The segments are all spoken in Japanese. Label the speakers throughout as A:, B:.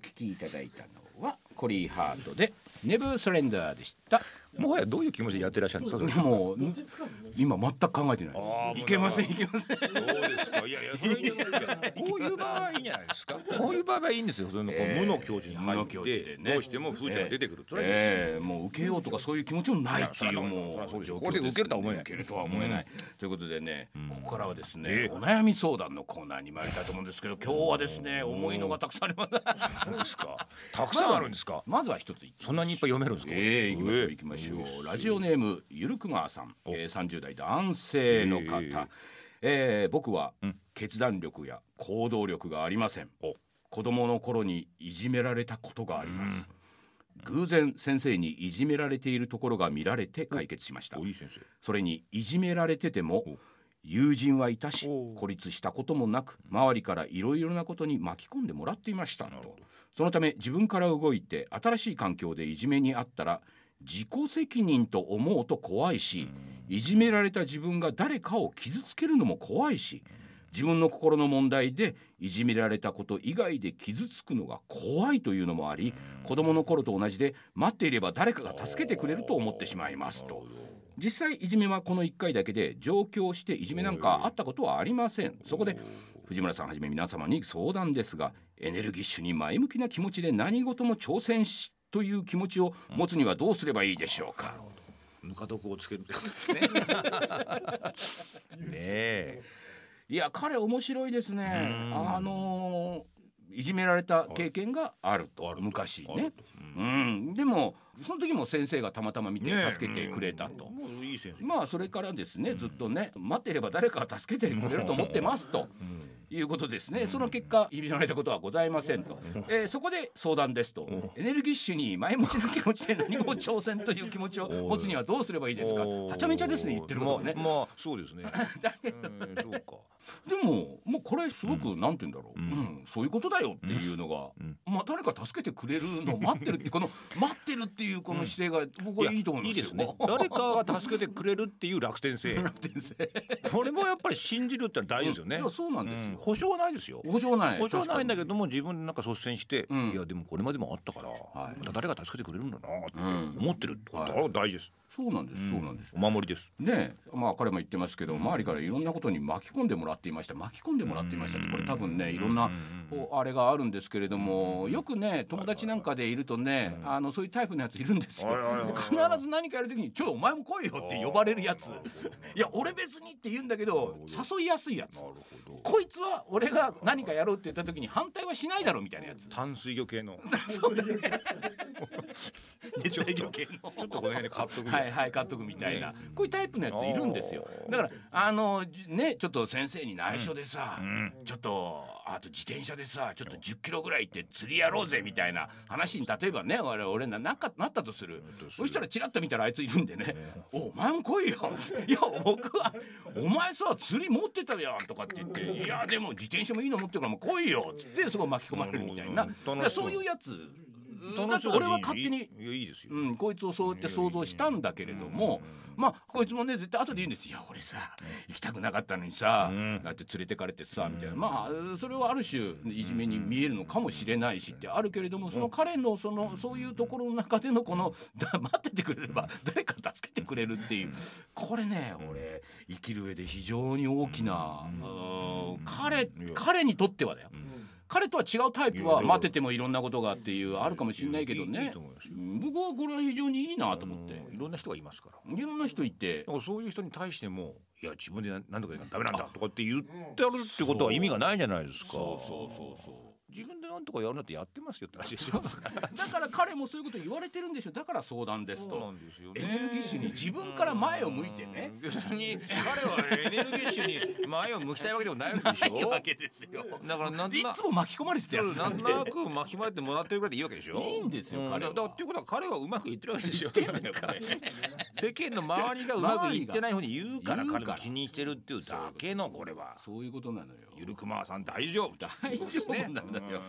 A: 聞きいただいたのはコリーハートで「ネブスレンダー」でした
B: もはやどういう気持ちでやってらっしゃるんですかそれ
A: もう今全く考えてない
B: あー
A: いけませんいけません
B: そうですか。いやいや、それでもいいじゃんこういう場合はいいんじゃないですか。こういう場合はいいんですよ。そのこう無の境地に入っ
A: 無の境地で
B: て、
A: ね
B: どうしても風ちゃんが出てくる。それはいいです
A: ええもう受けようとかそういう気持ちもないってい
B: いうや
A: も
B: そううです
A: 状況
B: ここで受けるとは思えない
A: 受けるとは思えない、ということでね、ここからはですね、
B: ええ
A: お悩み相談のコーナーに参りたいと思うんですけど今日はですね思いのがたくさんあります
B: そうですか。たくさんあるんですか。
A: まずは一つ言って
B: そんなにいっぱい読めるんですか。
A: ええ行きましょう
B: ええ
A: 行きましょうラジオネームゆるくまーさん、えー、30代男性の方、え
B: ええ
A: ー僕は決断力や行動力がありません子供の頃にいじめられたことがあります、偶然先生にいじめられているところが見られて解決しました
B: おいい先生。
A: それにいじめられてても友人はいたし
B: おう
A: 孤立したこともなく周りからいろいろなことに巻き込んでもらっていましたとそのため自分から動いて新しい環境でいじめにあったら自己責任と思うと怖いしいじめられた自分が誰かを傷つけるのも怖いし自分の心の問題でいじめられたこと以外で傷つくのが怖いというのもあり子供の頃と同じで待っていれば誰かが助けてくれると思ってしまいますと実際いじめはこの1回だけで上京していじめなんかあったことはありませんそこで藤村さんはじめ皆様に相談ですがエネルギッシュに前向きな気持ちで何事も挑戦しという気持ちを持つにはどうすればいいでしょうか、
C: ぬか床をつけるってことです ね。
B: ねえ。
A: いや彼面白いですねあのーいじめられた経験があると昔ねうんでもその時も先生がたまたま見て
B: ねえ
A: 助けてくれたと、
C: もういい先生。
A: まあそれからですねずっとね待っていれば誰かが助けてくれると思ってますと。いうことですねその結果いじめられたことはございませんと、えーそこで相談ですとエネルギッシュに前向きな気持ち で何も挑戦という気持ちを持つにはどうすればいいですかはちゃめちゃですね言ってることはね
B: まあまあそう ですね。うんそうか。
A: でももうこれすごくなんて言うんだろう、うんそういうことだよっていうのが、まあ、誰か助けてくれるのを待ってるって この待ってるっていうこの姿勢が僕はいいと思いますよ
B: ですね。誰かが助けてくれるっていう楽天性。
A: 先生
B: これもやっぱり信じるってのは大事ですよね
A: いや。そうなんです
B: うん
A: よ、
B: 保証はないですよ。
A: 保証ない
B: 保証はないんだ
A: け
B: けども自分でなんか率先して、
A: ん
B: いやでもこれまでもあったから、
A: はい
B: また誰が助けてくれるんだなって
A: ん
B: 思ってるってこと、
A: は
B: 大事です
A: そうなんです、そうなんです
B: お守りです
A: ねえまあ彼も言ってますけど、周りからいろんなことに巻き込んでもらっていました巻き込んでもらっていましたってこれ多分ねいろんなこうあれがあるんですけれどもよくね友達なんかでいるとねあのそういうタイプのやついるんですよ
B: はいはいはいはい
A: 必ず何かやるときに「ちょお前も来いよ」って呼ばれるやついや俺別にって言うんだけど誘いやすいやつこいつは俺が何かやろうって言った時に反対はしないだろうみたいなやつ
B: 淡水魚系の
A: 熱帯魚系の
B: ちょっとこの辺で買っとく
A: はいはい監督みたいな、こういうタイプのやついるんですよだからあのじねちょっと先生に内緒でさ、ちょっとあと自転車でさちょっと1 0キロぐらい行って釣りやろうぜみたいな話に例えばね俺俺ななんかなったとするそしたらチラッと見たらあいついるんでね「おお前も来いよ」いや僕は「お前さ釣り持ってたやん」とかって言って「いやでも自転車もいいの持ってるからもう来いよ」っつってそこ巻き込まれるみたいな
B: うん楽
A: だ
B: しそう
A: からそういうやつだって俺は勝手に
B: いやいいですよ、
A: うん、こいつをそうやって想像したんだけれども、まあこいつもね絶対後で言うんです「いや俺さ行きたくなかったのにさ、だって連れてかれてさ」みたいなまあそれはある種いじめに見えるのかもしれないしってあるけれどもその彼のそのそういうところの中でのこのだ待っててくれれば誰か助けてくれるっていうこれね俺生きる上で非常に大きな、うん彼彼にとってはだよ。彼とは違うタイプは待っててもいろんなことがっていうあるかもしれないけど
B: いいい
A: ね
B: いと思いますよ
A: 僕はこれは非常にいいなと思って
B: うんいろんな人がいますから
A: いろんな人いて
B: だからそういう人に対してもいや自分で何とかやらなダメなんだとかって言ってやるってことは意味がないじゃないですか
A: そうそうそう
B: 自分で何とかやるんだってやってますよって話 しますから
A: だから彼もそういうこと言われてるんでしょだから相談ですと
B: んですよ
A: エネルギッシュに自分から前を向いてね
B: 別に彼はエネルギッシュに前を向きたいわけでもないわけでし
A: いい
B: ょ
A: わけですよ
B: だからなん
A: い
B: な
A: つも巻き込まれてたやつ
B: な
A: なんん
B: と
A: で
B: なく巻きまれてもらってるぐらいでいいわけでしょ
A: いいんですよ
B: う
A: 彼は
B: だからっていうことは彼はうまくいってるわけで しょ
A: だからね
B: 世間の周りがうまくいってない方に言うから
A: 周りが
B: 彼も気にしてるっていうだけのこれは
A: そういうことなのよ
B: ゆるくまーさん大丈夫
A: 大丈夫なんだのよ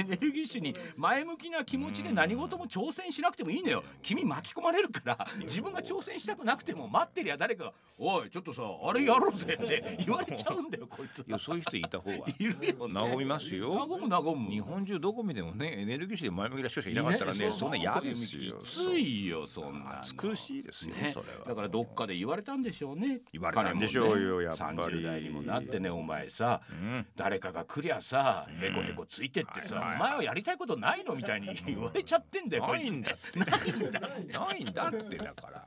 A: エネルギッシュに前向きな気持ちで何事も挑戦しなくてもいいのよ君巻き込まれるから自分が挑戦したくなくても待ってりゃ誰かが「おいちょっとさあれやろうぜ」って言われちゃうんだよこいつ
B: いやそういう人いた方が
A: いるよ
B: 和みます
A: 和
B: よ
A: む和む
B: 日本中どこ見てもねエネルギッシュで前向きな人しかいなかったらねそんな嫌ですよ
A: きついよそんなの
B: 美しいですよ、
A: ね
B: それは
A: だからどっかで言われたんでしょうね
B: 言われたんでしょうよ
A: 彼もね
B: やっぱり
A: 30代にもなってねお前さ、
B: ん
A: 誰かが来りゃさへこへこついてってさ、お前はやりたいことないのみたいに 言われちゃってんだよこ
B: ない
A: つ
B: いんだってないんだないんだってだから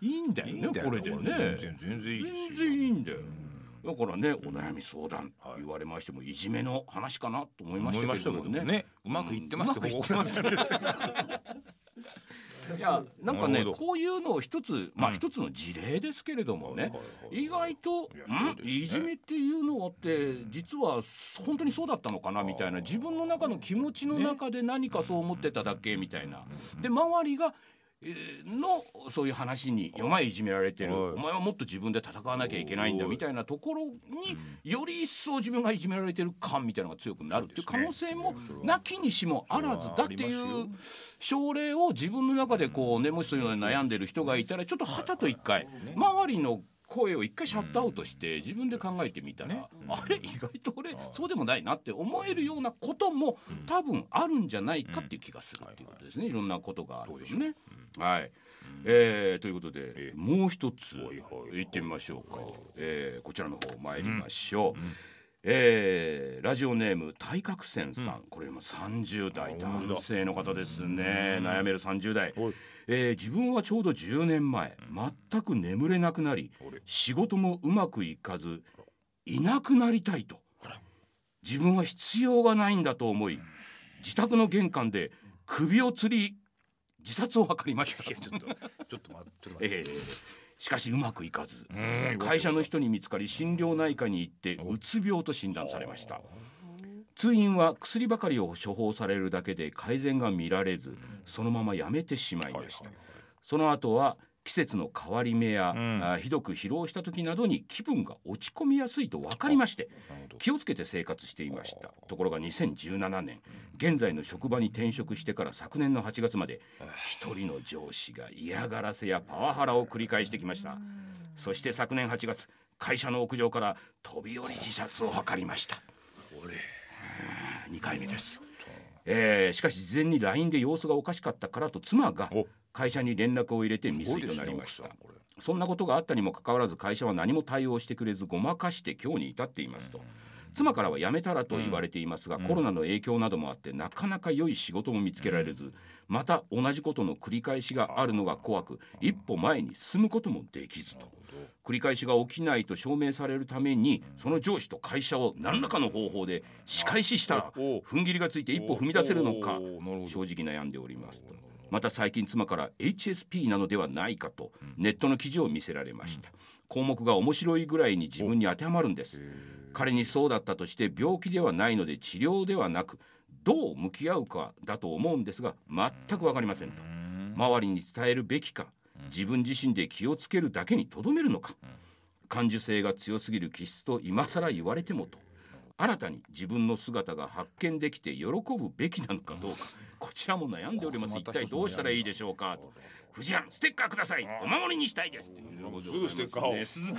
A: いいんだよ
B: いい
A: ね
B: んだよ
A: これでね
B: 全然全然いいで
A: 全
B: すよ
A: 然いいんだよだからねお悩み相談言われましてもいじめの話かなと思いまし
B: 思
A: た
B: いま
A: け
B: した
A: ど
B: けど
A: も
B: ね
A: ね
B: うまくいってま
A: う
B: す
A: んうまくいってますいやなんか
B: な
A: ね
B: るほど
A: こういうのを一つまあ一つの事例ですけれどもね、意外と
B: いや
A: ん
B: そうですね
A: いじめっていうのって実は本当にそうだったのかなみたいな自分の中の気持ちの中で何かそう思ってただけみたいな。で周りがえーのそういう話にお前いじめられてる
B: はい
A: お前はもっと自分で戦わなきゃいけないんだみたいなところにより一層自分がいじめられてる感みたいなのが強くなるっていう可能性もなきにしもあらずだっていう症例を自分の中でこうねもしそういうのに悩んでる人がいたらちょっとはたと一回周りの声を一回シャットアウトして自分で考えてみたらあれ意外と俺そうでもないなって思えるようなことも多分あるんじゃないかっていう気がするっていうことですねいろんなことがあるんですね。はいえーということでもう一つ行ってみましょうか、えーこちらの方参りましょう。えーラジオネーム対角線さん、これも30代男性の方ですね悩める30代、えー自分はちょうど10年前全く眠れなくなり仕事もうまくいかずいなくなりたいと自分は必要がないんだと思い自宅の玄関で首を吊り自殺を図りました
C: いやちょっとちょっと待ってちょっと待って
A: ええしかしうまくいかず
B: ん
A: 会社の人に見つかり心療内科に行ってうつ病と診断されました通院は薬ばかりを処方されるだけで改善が見られずそのままやめてしまいましたその後は季節の変わり目や、あひどく疲労した時などに気分が落ち込みやすいと分かりまして気をつけて生活していましたところが2017年現在の職場に転職してから昨年の8月まで一人の上司が嫌がらせやパワハラを繰り返してきましたそして昨年8月会社の屋上から飛び降り自殺を図りました2回目です、えーしかし事前に LINE で様子がおかしかったからと妻が会社に連絡を入れて未遂となりましたそんなことがあったにもかかわらず会社は何も対応してくれずごまかして今日に至っていますと。妻からは辞めたらと言われていますが、コロナの影響などもあってなかなか良い仕事も見つけられず、また同じことの繰り返しがあるのが怖く一歩前に進むこともできずと繰り返しが起きないと証明されるためにその上司と会社を何らかの方法で仕返ししたら
B: お
A: 踏ん切りがついて一歩踏み出せるのか
B: おーなるほど
A: 正直悩んでおりますとまた最近妻から HSP なのではないかとネットの記事を見せられました項目が面白いぐらいに自分に当てはまるんです彼にそうだったとして病気ではないので治療ではなくどう向き合うかだと思うんですが全く分かりませんと周りに伝えるべきか自分自身で気をつけるだけにとどめるのか感受性が強すぎる気質と今更言われてもと新たに自分の姿が発見できて喜ぶべきなのかどうかこちらも悩んでおります一体どうしたらいいでしょうかと藤庵ステッカーくださいお守りにしたいですっていうことでございます
B: ぐステッカーを
A: ね鈴木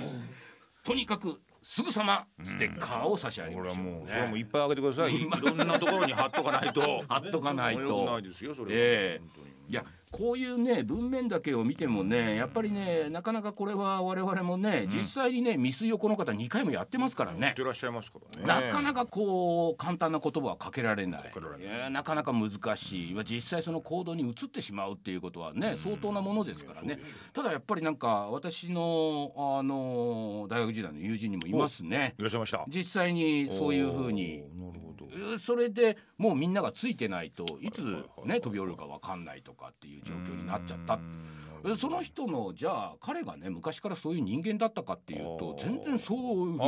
A: とにかくすぐさまステッカーを差し上げ
B: これ
A: ま
B: は
A: しょうね
B: もうそれはもういっぱいあげてくださいいろんなところに貼っとかないと
A: 貼っとかない
B: これ良くな
A: と
B: いですよそれは、
A: ええいやこういうね文面だけを見てもねやっぱりねなかなかこれは我々もね、実際にね未遂をこの方2回もやってますからね
B: 言っ。てらっしゃいますからね
A: なかなかこう簡単な言葉はかけられない
B: けられない
A: いやなかなか難しいまあ実際その行動に移ってしまうっていうことはね相当なものですからねただやっぱりなんか私のあの大学時代の友人にもいますね
B: いらっしゃいました
A: 実際にそういうふうに
B: おーなるほど
A: それでもうみんながついてないといつね飛び降りるかわかんないとかっていう状況になっちゃったその人のじゃあ彼がね昔からそういう人間だったかっていうと全然そういうふうに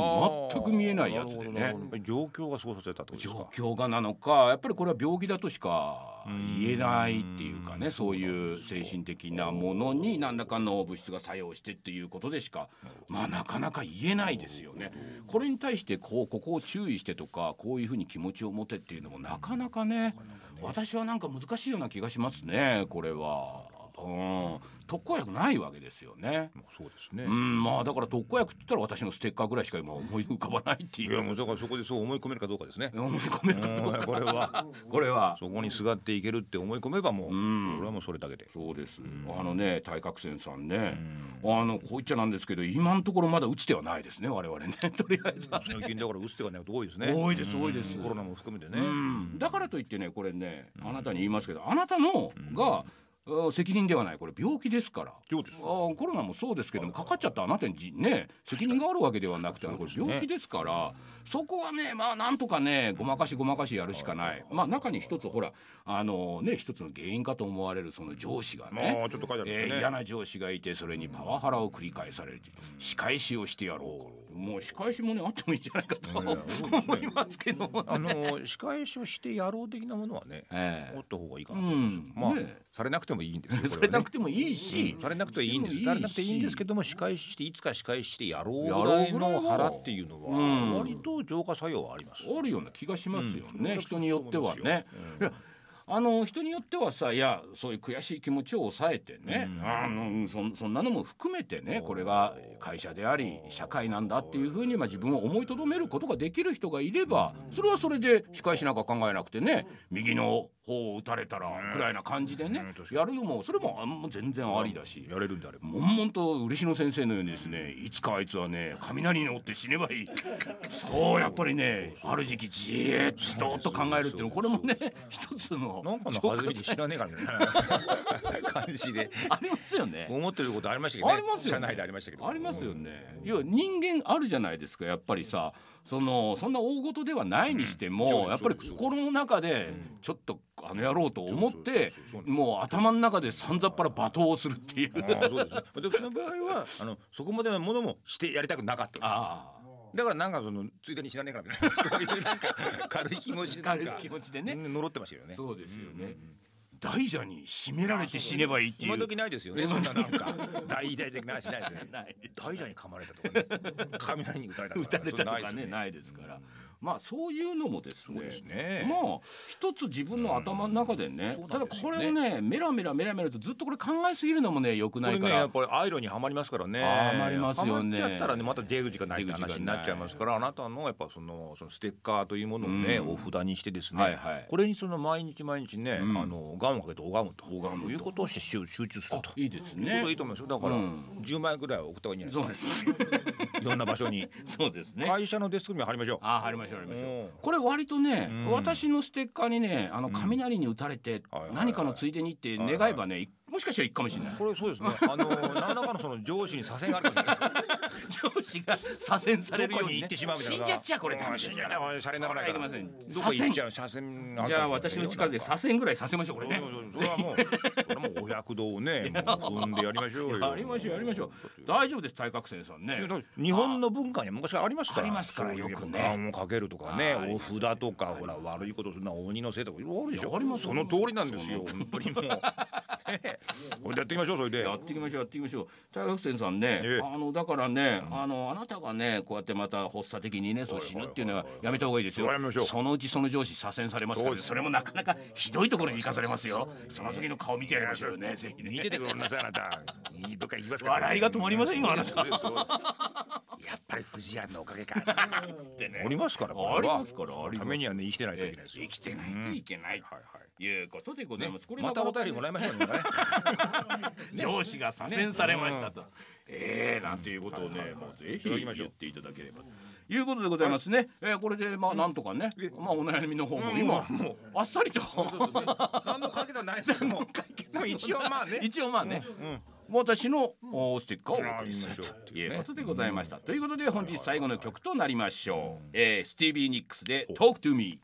A: 全く見えないやつで
B: あーなる
A: ね
B: ほどなるほど状況がそうさせたってことです
A: 状
B: か
A: 況がなのかやっぱりこれは病気だとしかは言えないっていうかねそういう精神的なものに何らかの物質が作用してっていうことでしかまあなかなか言えないですよね。これに対してこうここを注意してとかこういうふうに気持ちを持てっていうのもなかなかね私はなんか難しいような気がしますねこれは。うん、特効薬ないわけですよね。
B: まあそうですね
A: うん、まあだから特効薬って言ったら私のステッカーぐらいしか今思い浮かばないって
B: い
A: い
B: や
A: う。
B: もうだからそこでそう思い込めるかどうかですね
A: 思い込めるかどう
B: うん これは
A: これは。
B: そこにすがっていけるって思い込めばも
A: う
B: う
A: ん
B: 俺はもうそれだけで
A: そうです。あのね、対角線さんね、あのこう言っちゃなんですけど、今のところまだ打つ手はないですね、我々ね、 とりあえずは。
B: 最近だから打つ手がないこと多いですね
A: 多いです
B: うん
A: 多いです
B: コロナも含めてね
A: うん、だからといってね、これね、あなたに言いますけど、あなたのが、あ責任ではない、これ病気ですから。
B: そうです
A: あコロナもそうですけどもかかっちゃったあなたにじね責任があるわけではなくてこれ病気ですからそこはねまあなんとかねごまかしごまかしやるしかないまあ中に一つほらあのね一つの原因かと思われるその上司が
B: ま
A: ね
B: あちょっと書いてありますよ
A: え
B: ね
A: ー嫌な上司がいてそれにパワハラを繰り返される仕返しをしてやろうかもう仕返しもねあってもいいんじゃないかと思いますけども。
B: あの仕返しをしてやろう的なものはね
A: ええ
B: 持った方がいいかなと思いますよ
A: うん
B: まあ
A: ね
B: されなくてもいいんですよ
A: さ
B: こ
A: れ
B: れ
A: な
B: はね
A: くてもいいし、
B: されなくていいんです
A: し
B: よ。されなくていいんですけども仕返ししていつか仕返ししてやろうぐ
A: やろ
B: ら
A: う
B: い
A: ぐらいは
B: の腹っていうの
A: うん
B: は割と浄化作用はあります。
A: あるような気がしますよね、
B: うん
A: 人によってはね。いやあの人によってはさいやそういう悔しい気持ちを抑えてね、あのそんそんなのも含めてねこれが会社であり社会なんだっていうふうに、まあ、自分を思いとどめることができる人がいればそれはそれで仕返しなんか考えなくてね右の方を打たれたらくらいな感じでねやるのもそれもあもう全然ありだし。
B: やれるんであれば。
A: 悶々と嬉野先生のようにですねいつかあいつはね雷に乗って死ねばいいそうやっぱりねある時期じーっとじとっと考えるっていうのこれもね一つの
B: なんかの
A: 消化
B: 外れに知らねえからみ たいな感じで
A: ありますよね
B: 思ってることありましたけどね。
A: ありますよね
B: 社内でありましたけど。
A: ありますよね要は人間あるじゃないですかやっぱりさそのそんな大事ではないにしても、
B: うん
A: やっぱり
B: そうです
A: 心の中でちょっとあの野郎と思って
B: そうそうそうそう
A: もう頭の中でさんざっぱら罵倒をするっていう
B: あーそうですね。私の場合はあのそこまでのものもしてやりたくなかった。
A: ああ
B: だからなんかそのついでに知らねえからみ たいなそういうなんか軽い気持ちでなんか
A: 軽い気持ちでね
B: うん呪ってましたよね。
A: そうですよね。大蛇に締められて死ねばいいっていう。
B: 今時ないですよね。そんななんか大々的な話ないですよ ね。大蛇に噛まれたとかね。雷に打たれたとか、
A: 打たれたとか
B: そんな
A: ね
B: ない
A: ないですから。まあそういうのもですね。
B: ですよね。
A: まあ一つ自分の頭の中でね、
B: うん
A: ただこれをねメラメラメラメラとずっとこれ考えすぎるのもね良く
B: こ
A: な
B: れ
A: いか
B: ねや
A: ら
B: っぱりアイロンにはまりますからね
A: はまりますよね
B: はまっちゃったらねまた出口がないって
A: 出口がない
B: 話になっちゃいますからあなたのやっぱそのそのステッカーというものをね、
A: うん
B: お札にしてですね、
A: はいはい
B: これにその毎日毎日ね、
A: ん
B: あのガンをかけて拝むと
A: 拝むと
B: いうことをして集集中すると。
A: いいです
B: いうこ
A: ね
B: といい。と思いますよだから、
A: うん
B: 10枚ぐらいは送った方がいいんじゃ
A: そう
B: ないで
A: です。
B: すかいろんな場所に
A: そうです ね。
B: 会社のデスクにも貼りましょう
A: あ貼りましょう貼りましょ
B: うん
A: うこれ割とね、
B: うん
A: 私のステッカーにねあの雷に打たれて、
B: はいはいはい
A: 何かのついでにって願えばね、もしかしたらいいかもしれない、
B: これそうですねあの何らかのその上司に左遷があるかもしれないです
A: 上司が左遷されるように、ね、
B: どっかに行ってしまうみたい
A: 死
B: なん
A: じゃっちゃこれダメです
B: 死んじ
A: か
B: ゃ
A: ら
B: うシャレにならないか
A: いけ
B: ら
A: ません
B: どこ行っちゃう車線
A: じゃあ私の力で左遷ぐらいさせましょうこれね
B: それはもう、それはもうお百度を ね、もう踏んでやりましょうよ。
A: やりましょうやりましょう大丈夫です対角線さんね
B: いやだから日本の文化には昔からありますから。
A: ありますから
B: そういう
A: よくね
B: ガンをかけるとかね
A: あー、
B: お札とか、ほら、悪いことするのは鬼のせいとか、いろいろあるでしょ。
A: ありますよ
B: その通りなんですよ。本当にもう。 ねえこれでやっていきましょう、それで。
A: やっていきましょうやっていきましょう大学生さんね、
B: ええ
A: あのだからね、あのあなたがねこうやってまた発作的にねそう死ぬっていうのはやめた方がいいですよ
B: それはやめましょう
A: そのうちその上司左遷されますから
B: そう
A: ね
B: です
A: それもなかなかひどいところに行かされますよその時の顔見てやりましょうよねぜひね
B: 見ててください、あなた。いいどっか行きますから
A: 笑いが止まりませんよあなた
B: そうですそうですやっぱり藤庵のおかげか。
A: つってね
B: おりますから、これは
A: ありますからあります
B: ためにはね、生きてないといけないですよ
A: 生。きてないといけないということでございます、これ
B: またお
A: なか
B: 便
A: なかね
B: りもらいましょうね。
A: 上司が左遷されましたと、ええなんていうことをね、もうぜひ言っていただければということでございますね、えーこれでまあなんとかね、まあお悩みの方も今、
B: うんもうもう
A: あっさりと
B: 何の解決はないですけども、もう 一応まあね。
A: 一応まあね、私のおステッカーをお
B: ああ
A: 送
B: 言
A: り
B: い
A: す
B: ま
A: る
B: しょう
A: ということでございました、ということで本日最後の曲となりましょう、えースティービー・ニックスで「Talk to Me」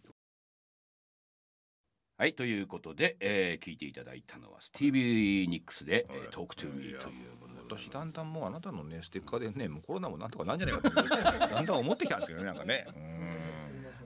A: はいということで、えー、聞いていただいたのはスティービー・ニックスで「えー Talk to Me」という
B: 私だんだんもうあなたのねステッカーでねもうコロナもなんとかなんじゃないかってだんだん思ってきたんですけどねなんかね。うん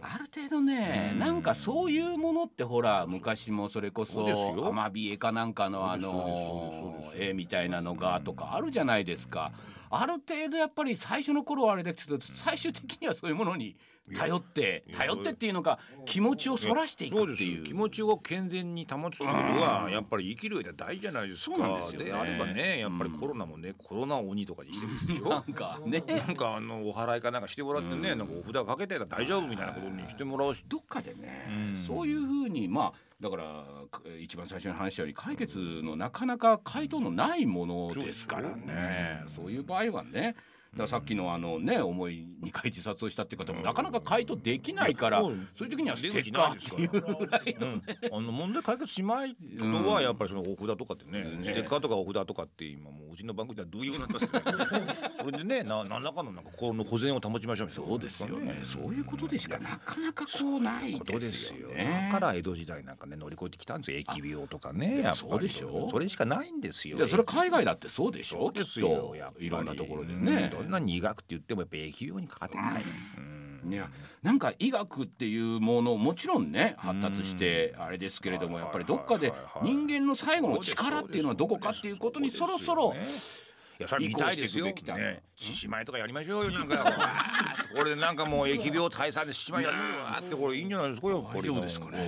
A: ある程度ね、
B: うん
A: なんかそういうものってほら昔もそれこ
B: そうです
A: そ
B: よ
A: アマビエかなんかのあ
B: そうですそうですそう
A: の
B: です
A: 絵みたいなのがとかあるじゃないですか、ある程度やっぱり最初の頃はあれだけど最終的にはそういうものに頼って
B: いや
A: 頼ってっていうのか気持ちをそらしていく
B: そう
A: っ
B: です
A: てい
B: よ
A: う
B: 気持ちを健全に保つってことがやっぱり生きる上では大事じゃないですか
A: そうなんですよね
B: あればねやっぱりコロナもね、コロナ鬼とかにしてです
A: な
B: よ
A: んかね
B: なんかあのお祓いかなんかしてもらってね、なんかお札かけてたら大丈夫みたいなことにしてもらうし
A: どっかでね、
B: うん
A: そういうふうにまあだからえー一番最初の話より解決のなかなか回答のないものですからね、そういう場合はねだからさっきのあのね思い2回自殺をしたっていう方もなかなか回答できないから、
B: うん
A: そういう時にはステ
B: 出
A: ッ
B: 口
A: カ
B: な
A: ー
B: い
A: っ
B: で
A: て
B: すか
A: いう
B: らうんあの問題解決しまいってことはやっぱりそのお札とかってね、
A: ね
B: ステッカーとかお札とかって今もううちの番組ではどういうようになってますけど、これで ねな何らかのなんか心の保全を保ちましょうみたいな
A: そうですよねそういうことでしかなかなかそうない
B: こと
A: で
B: です
A: す
B: よ
A: よね。
B: だから江戸時代なんかね乗り越えてきたんですよ疫病とかねやっぱり
A: そうでしょ
B: それしかないんですよ
A: いやそれ海外だってそうでし
B: そ
A: ょ
B: うです
A: きっ
B: よ
A: と
B: やっぱり
A: いろんなところで
B: うん
A: ね。
B: どんなに医学って言ってもやっぱ疫病にかかってない、うん
A: いやなんか医学っていうものもちろんね発達してあれですけれども
B: はい
A: やっ
B: はい
A: ぱ
B: はい
A: りどっかで
B: はいはい
A: 人間の最後の力っていうのはどこかっていうことにそろそろ
B: そうですよねいやそれ見たいですよ
A: 移行していくべきだ
B: ね獅子舞とかやりましょうよなんかわーこれでなんかもう疫病退散で獅子舞やるわーってこれいいんじゃないですかよ大丈夫ですかね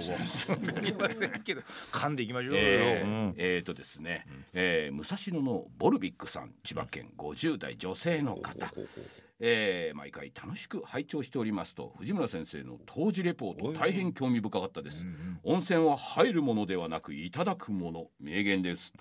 B: わかりませんけど 噛んでいきましょうよ、
A: えー
B: うん
A: えーとですねえー武蔵野のボルビックさん千葉県50代女性の方
B: ほうほう
A: えー毎回楽しく拝聴しておりますと藤村先生の当時レポート大変興味深かったです温泉は入るものではなくいただくもの名言ですと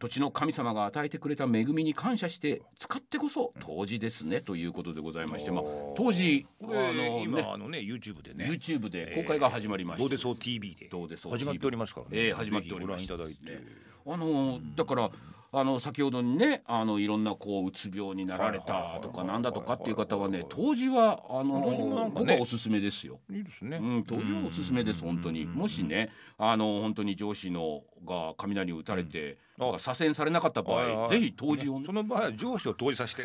A: 土地の神様が与えてくれた恵みに感謝して使ってこそ当時ですねということでございましてまあ当時あ
B: こ
A: の
B: れ
A: ね
B: 今あのね YouTube でね
A: YouTube で公開が始まりました
B: どうでそう TV で
A: どうでそう
B: 始まっておりますからね、
A: ええ始まっておりま
B: ぜ
A: す
B: ひご覧いただいて、
A: あのだからあの先ほどにねあのいろんなこううつ病になられたとかなんだとかっていう方はね当時はあ
B: 当時もな
A: の
B: んかね
A: 僕はおすすめですよ。
B: いいですね、
A: うん、当時はおすすめです本当にもしねあの本当に上司のが雷を打たれて、
B: うん
A: なんか左遷されなかった場
B: はいは
A: 合ぜ
B: い
A: ひ当時をね
B: その場合は上司を投じさ せて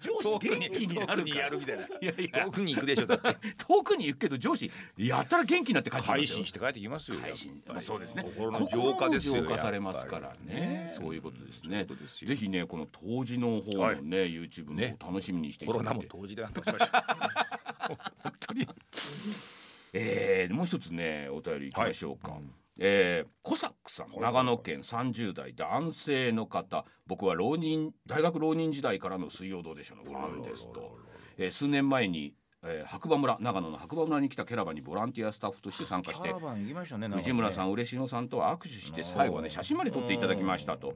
A: 上
B: 遠
A: 司
B: く
A: 元
B: に
A: 気にな
B: 遠く
A: る
B: に
A: か
B: や
A: ら
B: るみたいない
A: やいや
B: 遠くに行くでしょだって
A: 遠くに行くけど上司やったら元気になって帰ってきますよ
B: 改心して帰ってきますよ
A: 配信まあそうですね
B: 心の浄化ですよ
A: 心も浄化されますからねそういうことですね、ぜひねこの当時の方のね、YouTube の
B: ね
A: 方楽しみにしてい
B: コ
A: ただ
B: ロ
A: いて
B: ナも当時でなんとかしましょう本当に
A: えーもう一つねお便りいきましょうか、えーコサックさん長野県30代男性の方僕は浪人大学浪人時代からの水曜どうでしょうのファンですと、えー数年前に、えー白馬村長野の白馬村に来たキャラバンにボランティアスタッフとして参加し
B: キ
A: て
B: ャラバン行きましたね
A: 藤村さ
B: ん
A: ん嬉野さんとは握手して最後はね写真まで撮っていただきましたと。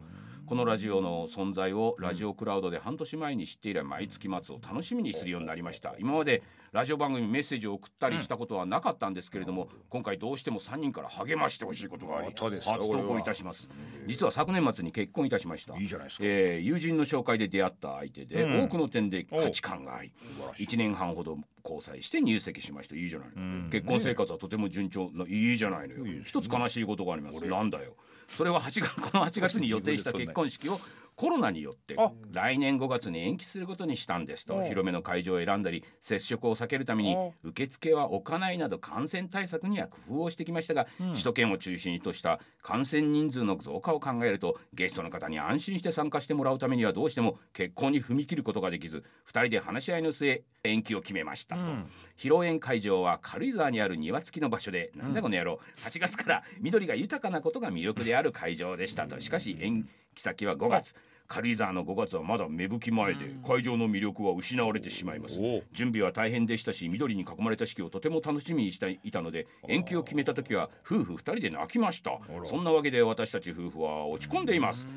A: このラジオの存在をラジオクラウドで半年前に知って以来毎月末を楽しみにするようになりました今までラジオ番組にメッセージを送ったりしたことはなかったんですけれども今回どうしても3人から励ましてほしいことがあり
B: 本当です
A: 初
B: よ
A: 投稿いたします実は昨年末に結婚いたしました
B: いいじゃないですか
A: えー友人の紹介で出会った相手で、
B: うん
A: 多くの点で価値観が合い1年半ほど交際して入籍しましたいいじゃないの、結婚生活はとても順調ないいじゃないのよ一つ悲しいことがありますなんだよそれは8月この8月に予定した結婚式をコロナによって
B: あ
A: 来年5月に延期することにしたんですと広めの会場を選んだり接触を避けるために受付は置かないなど感染対策には工夫をしてきましたが、首都圏を中心とした感染人数の増加を考えるとゲストの方に安心して参加してもらうためにはどうしても結婚に踏み切ることができず2人で話し合いの末延期を決めましたと、披露宴会場は軽井沢にある庭付きの場所で、なんだこの野郎8月から緑が豊かなことが魅力である会場でしたとしかし延期先は5月軽井沢の5月はまだ芽吹き前で会場の魅力は失われてしまいます
B: おう
A: 準備は大変でしたし緑に囲まれた式をとても楽しみにしていたので延期を決めた時は夫婦2人で泣きましたそんなわけで私たち夫婦は落ち込んでいます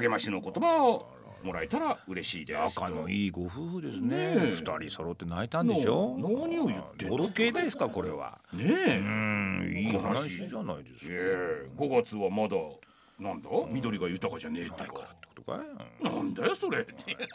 A: 励ましの言葉をもらえたら嬉しいです
B: 仲のいいご夫婦です
A: ね
B: ね
A: え
B: 二人揃って泣いたんでしょ
A: な何を言ってんの
B: ボロ系ですかこれは
A: ねえ
B: うんいい
A: 悲
B: 話
A: しい
B: じゃないですか
A: ええ5月はまだなんだ緑が豊かじゃねえってか
B: とか
A: なんだよそれって
B: ね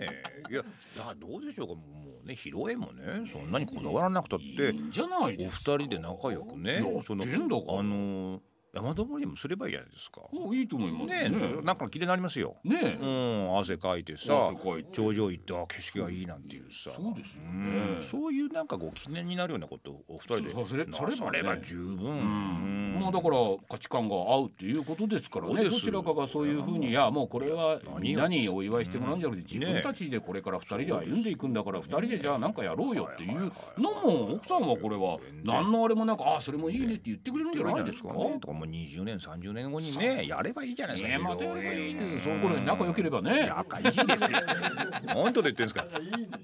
B: えいやだからどうでしょうかもうね披露宴もねそんなにこだわらなくたっ
A: い
B: て
A: いんじゃない
B: お二
A: ですか
B: 人で仲良くね
A: やってんだから
B: あのー山登りでもすればいいじゃないですか。
A: おいいと思います
B: ねえ、
A: ね。
B: なんか綺麗になりますよ。
A: ねえ
B: うん、汗かいてさ
A: 汗かいて
B: 頂上行ってあ景色がいいなんていうさ
A: そうですよ
B: う
A: ね
B: ん。そういうなんかこう記念になるようなことをお二人で
A: そうそれ
B: な
A: そればね
B: されば十分、うん
A: まあだから価値観が合うっていうことですから
B: そう
A: ね
B: です
A: どちらかがそういうふうにいやもうこれはみんなにお祝いしてもらうんじゃなくて
B: うん
A: 自分たちでこれから2人で歩んでいくんだから2人でじゃあなんかやろうよっていうのも奥さんはこれは何のあれもなくああそれもいいねって言ってくれるんじゃないですか。
B: ねとかもう20年30年後にねやればいいじゃないですか、
A: ねまたやればいいねその頃に仲良ければね。
B: 仲いいです よ本当で言ってんですか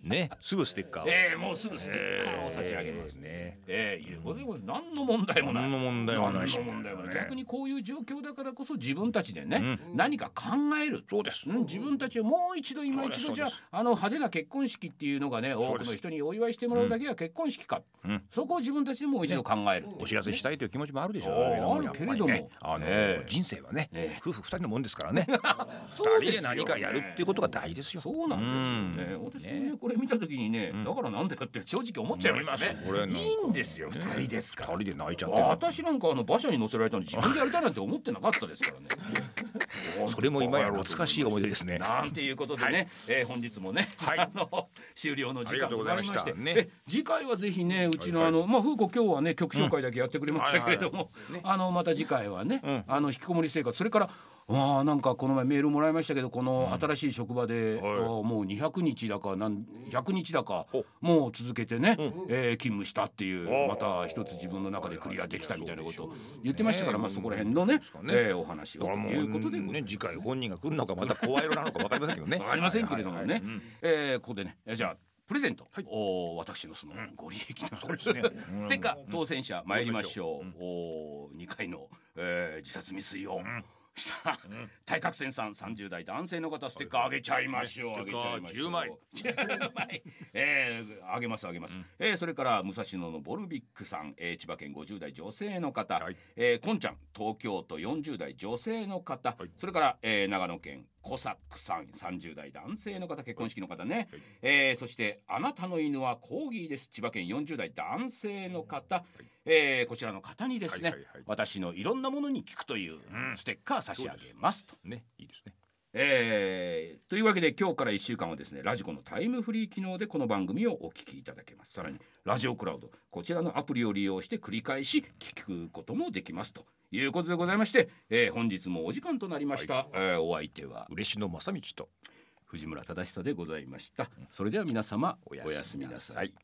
B: ねすぐステッカーを、
A: ええもうすぐステッカーを差し上げます。
B: ね
A: ええいうことでございます。何の問題もない。
B: 何の問題もないし
A: 何の問題もない逆にこういう状況だからこそ自分たちでね、
B: う
A: 何か考える。
B: そうです
A: ん自分たちをもう一度今
B: そうです
A: 一度じゃ
B: そう
A: ああの派手な結婚式っていうのがね
B: う
A: 多
B: で
A: く
B: す
A: の人にお祝いしてもらうだけが結婚式か、
B: うん
A: そこを自分たちでもう一度考える、
B: お知らせしたいという気持ちもあるでしょう
A: ああ
B: けども
A: あるけれども
B: やっぱりねあの、
A: ねえ
B: 人生はね
A: ねえ
B: 夫婦二人のもんですから ね
A: そう
B: 二人で何かやるっていうこと
A: が
B: が大事ですよ
A: そうなんですよね私もねこれ見た時にねだからなんだよって正直思っちゃいましたね
B: これなん
A: い
B: か
A: いんですよ二人ですから
B: 二人で泣いちゃってる
A: 私なんかあの馬車に乗せられたの自分でやりたいなんて思ってなかったですからね
B: それも今や懐かしい思い出ですね
A: なんていうことでね、えー本日もね、
B: は い
A: あの終了の時間となりまし
B: ありがと
A: て
B: うございました
A: え
B: ね
A: 次回はぜひねうちのあの、まあ風子今日はね曲紹介だけやってくれましたけれども、あのまた次回はね、あの引きこもり生活それからああなんかこの前メールもらいましたけどこの新しい職場で、あーもう200日だかなん100日だかもう続けてね、えー勤務したっていうまた一つ自分の中でクリアできたみたいなことを言ってましたから、まあそこら辺のね
B: ね
A: えーお話を
B: あ
A: と
B: も
A: いうことでございます
B: ね次回本人が来るのかまた声色なのかわかりませんけどね
A: わかりませんけれども
B: はい
A: ね。えーここでね、えーじゃあ。プレゼント、おー私のそのご利益の、
B: ですね
A: ステッカー当選者参りましょう、おー2回の、えー自殺未遂を、した対角線さん30代男性の方ステッカーあげちゃいましょう、
B: ね
A: あ げちゃいましょう
B: 10枚
A: 10枚えーあげますあげます、えーそれから武蔵野のボルビックさん、えー千葉県50代女性の方、
B: はい
A: えーこんちゃん東京都40代女性の方、
B: はい
A: それから、えー長野県コサックさん30代男性の方結婚式の方ね、
B: はい
A: えーそしてあなたの犬はコーギーです千葉県40代男性の方、えーこちらの方にですね、
B: はいはいはい
A: 私のいろんなものに効くというステッカー差し上げますと。
B: ねいいですね
A: えーというわけで今日から1週間はですねラジコのタイムフリー機能でこの番組をお聞きいただけますさらにラジオクラウドこちらのアプリを利用して繰り返し聞くこともできますということでございまして、えー本日もお時間となりました、えーお相手は
B: 嬉野正道と
A: 藤村忠久でございましたそれでは皆様おやすみなさい